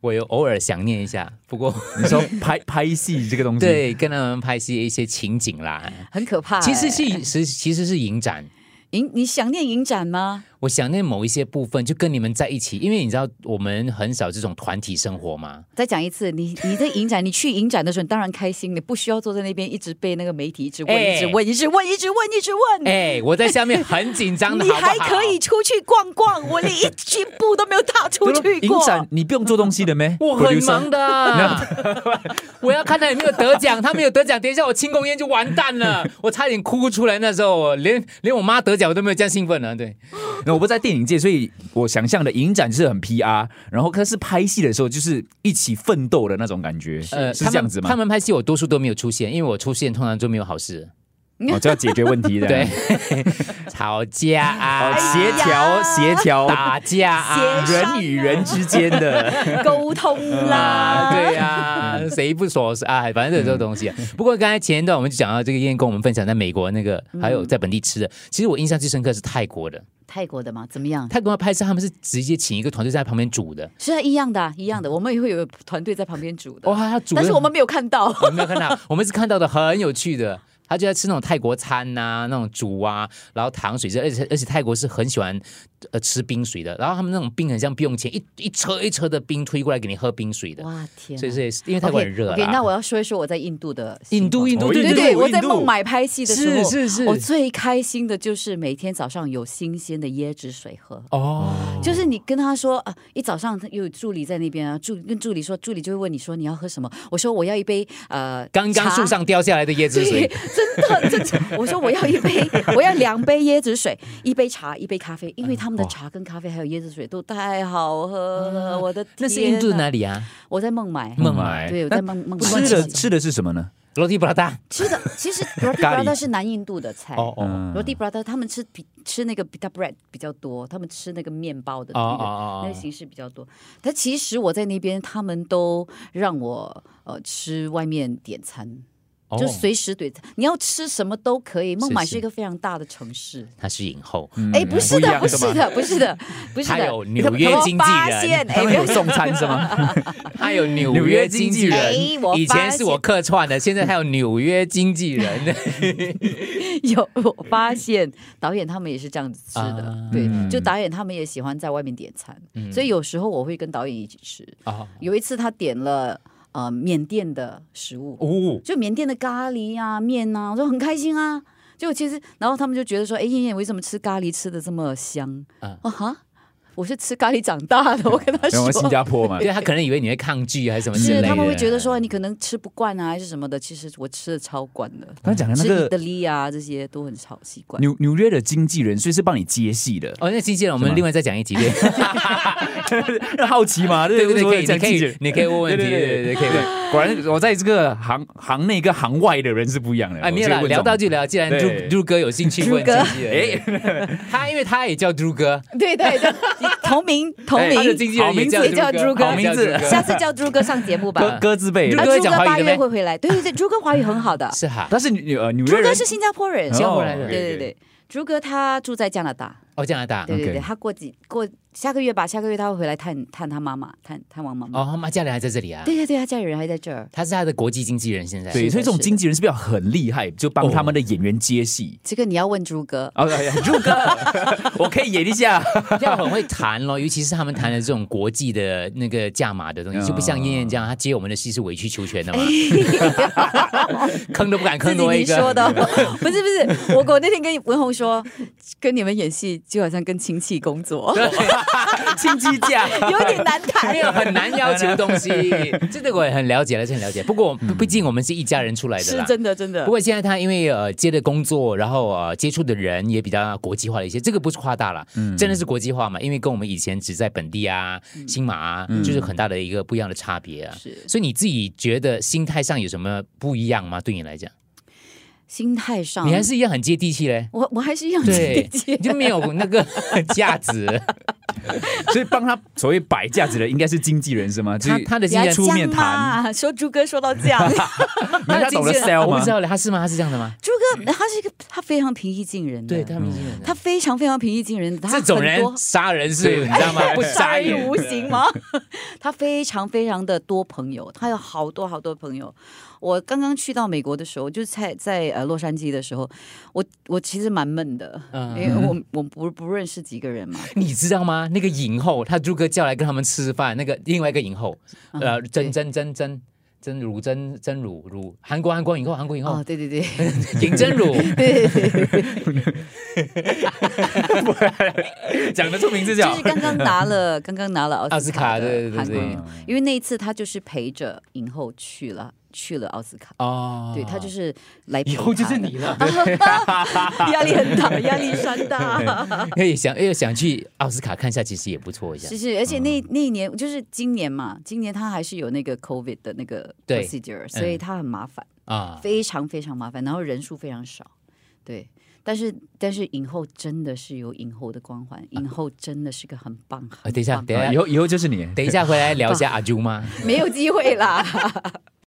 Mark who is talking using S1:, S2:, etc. S1: 我有偶尔想念一下，不过
S2: 你说拍 拍戏这个东西，
S1: 对跟他们拍戏一些情景啦，
S3: 很可怕、
S1: 其实
S3: 哎
S1: 是是其实是影展。
S3: 影，你想念影展吗？
S1: 我想念某一些部分，就跟你们在一起，因为你知道我们很少这种团体生活嘛。
S3: 再讲一次，你你在影展，你去影展的时候，你当然开心，你不需要坐在那边一直被那个媒体一直问、
S1: 哎
S3: 一直问、一直问、一直问、一直问。
S1: 哎、我在下面很紧张 的，
S3: 嗯你
S1: 好不好
S3: 还可以，出去逛逛，我连一一步都没有踏出
S2: 对 咯，
S3: 去
S2: 影
S3: 过。
S2: 展你不用做东西的咩？
S1: 我很
S2: Producer
S1: 忙的啊。 我要看他有没有得奖，他没有得奖，等一下我庆功宴就完蛋 了，我差点哭出来。那时候我连连我妈得奖我都没有这样兴奋呢、对，
S2: 那我不在电影界，所以我想象的影展就是很 PR，然后可是拍戏的时候就是一起奋斗的那种感觉，是
S1: 他
S2: 这
S1: 们
S2: 样子
S1: 呃他
S2: 吗？
S1: 们拍戏我多数都没有出现，因为我出现通常就没有好事。
S2: 哦，就要解决问题 的，
S1: 对，，吵架
S2: 哦，
S1: 啊，
S2: 协调协调
S1: 打架啊，
S3: 协商
S2: 人与人之间 的，
S3: 沟通
S1: 啊，
S3: 啦，
S1: 对呀、谁不说是啊？反正有这个东西、啊。
S3: 嗯
S1: 不过刚才前一段我们就讲到这个燕公，我们分享在美国那个，
S3: 嗯
S1: 还有在本地吃的。其实我印象最深刻是泰国的，
S3: 泰国的嘛，怎么样？
S1: 泰国的拍摄他们是直接请一个团队在旁边煮的，
S3: 是啊，一样的啊、一样的，我们也会有团队在旁边煮的，
S1: 哇，他哦煮的，
S3: 哦但是我们没有看到。
S1: 我们没有看到，我们是看到的很有趣的。他就在吃那种泰国餐呐、那种煮啊，然后糖水这，而且而且泰国是很喜欢呃吃冰水的，然后他们那种冰很像不用钱，一一车一车的冰推过来给你喝冰水的，
S3: 哇天啊！
S1: 所以是因为泰国很热啦。啊
S3: OK，, 那我要说一说我在印度的
S1: 印度
S3: 情
S1: 印度
S3: 况
S2: 对
S3: 对
S2: 对对
S3: 我
S2: 印
S3: 在
S2: 度
S3: 孟买拍戏的时候，
S1: 是是是
S3: 我最开心的就是每天早上有新鲜的椰汁水喝。
S1: 哦，
S3: 就是你跟他说啊，一早上他有助理在那边啊，助跟助理说，助理就会问你说你要喝什么？我说我要一杯呃，
S1: 刚刚
S3: 茶
S1: 树上掉下来的椰子
S3: 对
S1: 水，，
S3: 真的真的，我说我要一杯， 我要两杯椰子水，一杯茶，一杯咖
S1: 嗯
S3: 啡，因为他们的茶跟咖啡还有椰子水都太好喝了，我的
S1: 啊
S3: 天！啊
S1: 那是印度哪？里啊？
S3: 我在孟买，
S1: 孟
S2: 买
S3: 对，我在孟孟买
S2: 吃的
S3: 吃
S2: 吃的是什么呢？
S1: 罗蒂布拉达。
S3: 吃的，其实 roti
S2: 咖喱
S3: prata 是南印度的菜。
S1: 哦哦
S2: 嗯
S3: roti prata 他们吃比吃那个 pita bread 比较多，他们吃那个面包的
S1: 哦
S3: 那个
S1: 哦
S3: 那
S1: 哦
S3: 个，形式比较多。但其实我在那边，他们都让我呃吃外面点餐。
S1: 哦
S3: 就随时对，你要吃什么都可以。孟买
S1: 是
S3: 是一个非常大的城市，
S1: 他是影后，
S2: 嗯
S3: 哎，不是的，
S2: 不
S3: 不
S2: 一样的嘛
S3: 是的，不是的，不是
S1: 哦他
S3: 的。
S1: 有纽约经纪人
S3: 我发现，哎，
S2: 他
S3: 不
S2: 们
S3: 要
S2: 有送餐是吗？
S1: 他有纽
S2: 纽
S1: 约
S2: 约
S1: 经
S2: 经
S1: 纪
S2: 纪
S1: 人
S3: 人，哎我
S1: 以前是
S3: 发
S1: 我
S3: 现
S1: 客串的，现在还有纽约经纪 人。
S3: 有，我发现导演他们也是这样子吃
S1: 啊嗯
S3: 的，对，
S2: 嗯
S3: 就导演他们也喜欢在外面点餐，所以有时候我会跟导演一起吃。
S1: 哦
S3: 有一次他点了呃缅甸的食物，
S1: 哦，
S3: 就缅甸的咖喱啊面啊，我说很开心啊。就其实，然后他们就觉得说，哎，燕燕为什么吃咖喱吃的这么香？
S1: 啊
S3: 啊哈，我是吃咖喱长大的，我 跟他
S2: 然后
S3: 说，
S2: 新加坡嘛，
S1: 对他可能以为你会抗拒还是什么 之类
S3: 是
S1: 的，
S3: 他们会觉得说你可能吃不惯啊，还是什么的。其实我吃的超惯的，
S2: 刚才
S1: 哎
S2: 讲的那
S3: 吃意大
S2: 个
S3: 利啊这些都很超习惯。
S2: 纽纽约的经纪人，所以是帮你接戏的，
S1: 哦，那经纪人我们
S2: 是吗
S1: 另外再讲一 集，对
S2: 好奇嘛？
S1: 对
S2: 为
S1: 对
S2: 什么
S1: 对，可
S2: 会
S1: 以，
S2: 讲
S1: 你可
S2: 经纪人
S1: 以，你可以问问题，
S2: 对对
S1: 对对对，
S2: 对
S1: 可以问。
S2: 果然，我在这个行行内跟行外的人是不一样的。
S1: 哎，没有
S2: 了
S1: 啦，，聊到就聊。既然
S2: 对
S1: 朱朱哥有兴趣问
S3: 朱哥
S1: 经纪人，哎， 他因为他也叫朱哥，
S3: 对 对对，同名同
S1: 哎他的经
S3: 名，
S1: 纪人
S2: 好名字
S1: 也叫
S3: 也叫朱哥
S1: 好名字
S2: 好名字
S3: 下次叫朱哥上节目吧。
S2: 鸽
S3: 啊
S2: 鸽子辈
S1: 朱
S3: 朱
S1: 哥会讲华语的
S3: 八月
S1: 呗
S3: 会回来，对对对，朱哥华语很好的，
S1: 是哈，
S2: 哎但是纽呃纽
S3: 朱
S2: 约
S3: 哥
S2: 人
S3: 是新加坡人，
S1: 新加坡人
S2: 哦
S3: 对对对，朱哥他住在加拿大，
S1: 哦，加拿大，
S3: 对对对，
S2: OK
S3: 他过几过下个月吧，下个月他会回来探探他妈妈，探探望妈妈。
S1: 哦，他妈家人还在这里啊，
S3: 对对对，他家里人还在这儿，
S1: 他是他的国际经纪人，现在
S2: 对，所以这种
S3: 是的
S2: 经纪人是不是要很厉害，就帮他们的演员接戏？
S3: 这个你要问朱哥。
S2: 啊，哎呀朱哥， 我可以演一下。
S1: 要很会谈咯，尤其是他们谈的这种国际的那个价码的东西，就不像燕燕这样，她接我们的戏是委曲求全的嘛，哦 坑都不敢
S3: 哎自
S1: 坑
S3: 己
S1: 多一
S3: 你说
S1: 个。
S3: 的， 不是不是，我我那天跟文红说，跟你们演戏就好像跟亲戚工 作，
S2: 亲戚架，
S3: 有点难谈
S1: 没。有很难要求东 西，这个我也很了解了，是很了解。不过毕竟我们是一家人出来的
S3: 是
S1: 啦，
S3: 真的，真 的
S1: 不。过现在他因为呃接的工作，然后呃接触的人也比较国际化了一些，这个不是夸大了，真的是国际化嘛？因为跟我们以前只在本地啊、新马啊，就是很大的一个不一样的差别啊。
S3: 是
S1: 所以你自己觉得心态上有什么不一样吗？对你来讲，
S3: 心态上，
S1: 你还是一样很接地气嘞。
S3: 我我还是一样积
S1: 对，
S3: 极
S1: 你。就没有那个价 值。
S2: 所以帮他所谓摆架子的应该是经纪人是吗？就
S1: 他
S2: 是
S1: 他的经
S3: 人
S1: 纪人，
S3: 家
S2: 出面
S3: 酱嘛，说朱哥说到这样，
S1: 他
S2: 人
S1: 的
S2: 家
S1: 经
S2: 懂
S1: 纪
S2: 得
S1: 人
S2: sell
S1: 我不知
S2: 吗？
S1: 道嘞，他是吗？他是这样的吗？
S3: 朱哥他是一个他非常平易近人的，
S1: 嗯对，他们经纪人，
S3: 他非常非常平易近人的，他
S1: 这种
S3: 很
S1: 人
S3: 多
S1: 杀人是，
S2: 对
S1: 你知 道吗？不
S3: 杀
S1: 眨
S3: 人
S1: 眼
S3: 无。形吗？ 他非常非常的多朋友，他有好多好多朋友。我刚刚去到美国的时候，就是在在呃洛杉矶的时候，我我其实蛮闷的，
S1: 嗯
S3: 因为我我不不认识几个人嘛。
S1: 你知道吗？那个影后，他朱哥叫来跟他们吃饭，那个另外一个影后，呃，
S3: 嗯对
S1: 真真真真真如真真如如韩国韩国影后韩国影
S3: 哦
S1: 后，
S3: 对对对
S1: 尹真如，
S3: 对对对，
S2: 讲得 出名字叫
S3: 就是刚刚拿了刚刚拿了奥
S1: 奥
S3: 斯
S1: 斯
S3: 卡
S1: 卡
S3: 的
S1: 对对对
S3: 韩国
S1: 对
S3: 影后，因为那一次他就是陪着影后去了去了奥斯卡，
S1: 哦，
S3: 对他就是来陪
S1: 以后就是
S3: 她的
S1: 你了。
S3: 压力很 大，压力山大。
S1: 因为想，因为想去奥斯卡看一下，其实也不错一下
S3: 是。是，而且那那一年就是今年嘛，今年他还是有那个 COVID 的那个
S1: 对
S3: procedure，所以他很麻烦，
S1: 啊，
S3: 非常非常麻烦，然后人数非常少，对。但是但是影后真的是有影后的光环，影后真的是个很棒，很
S1: 啊哎等一下
S3: 棒
S2: 哦
S1: 等一下
S2: 以后以后就是你。
S1: 等一下回来聊一下阿朱吗？
S3: 没有机会啦。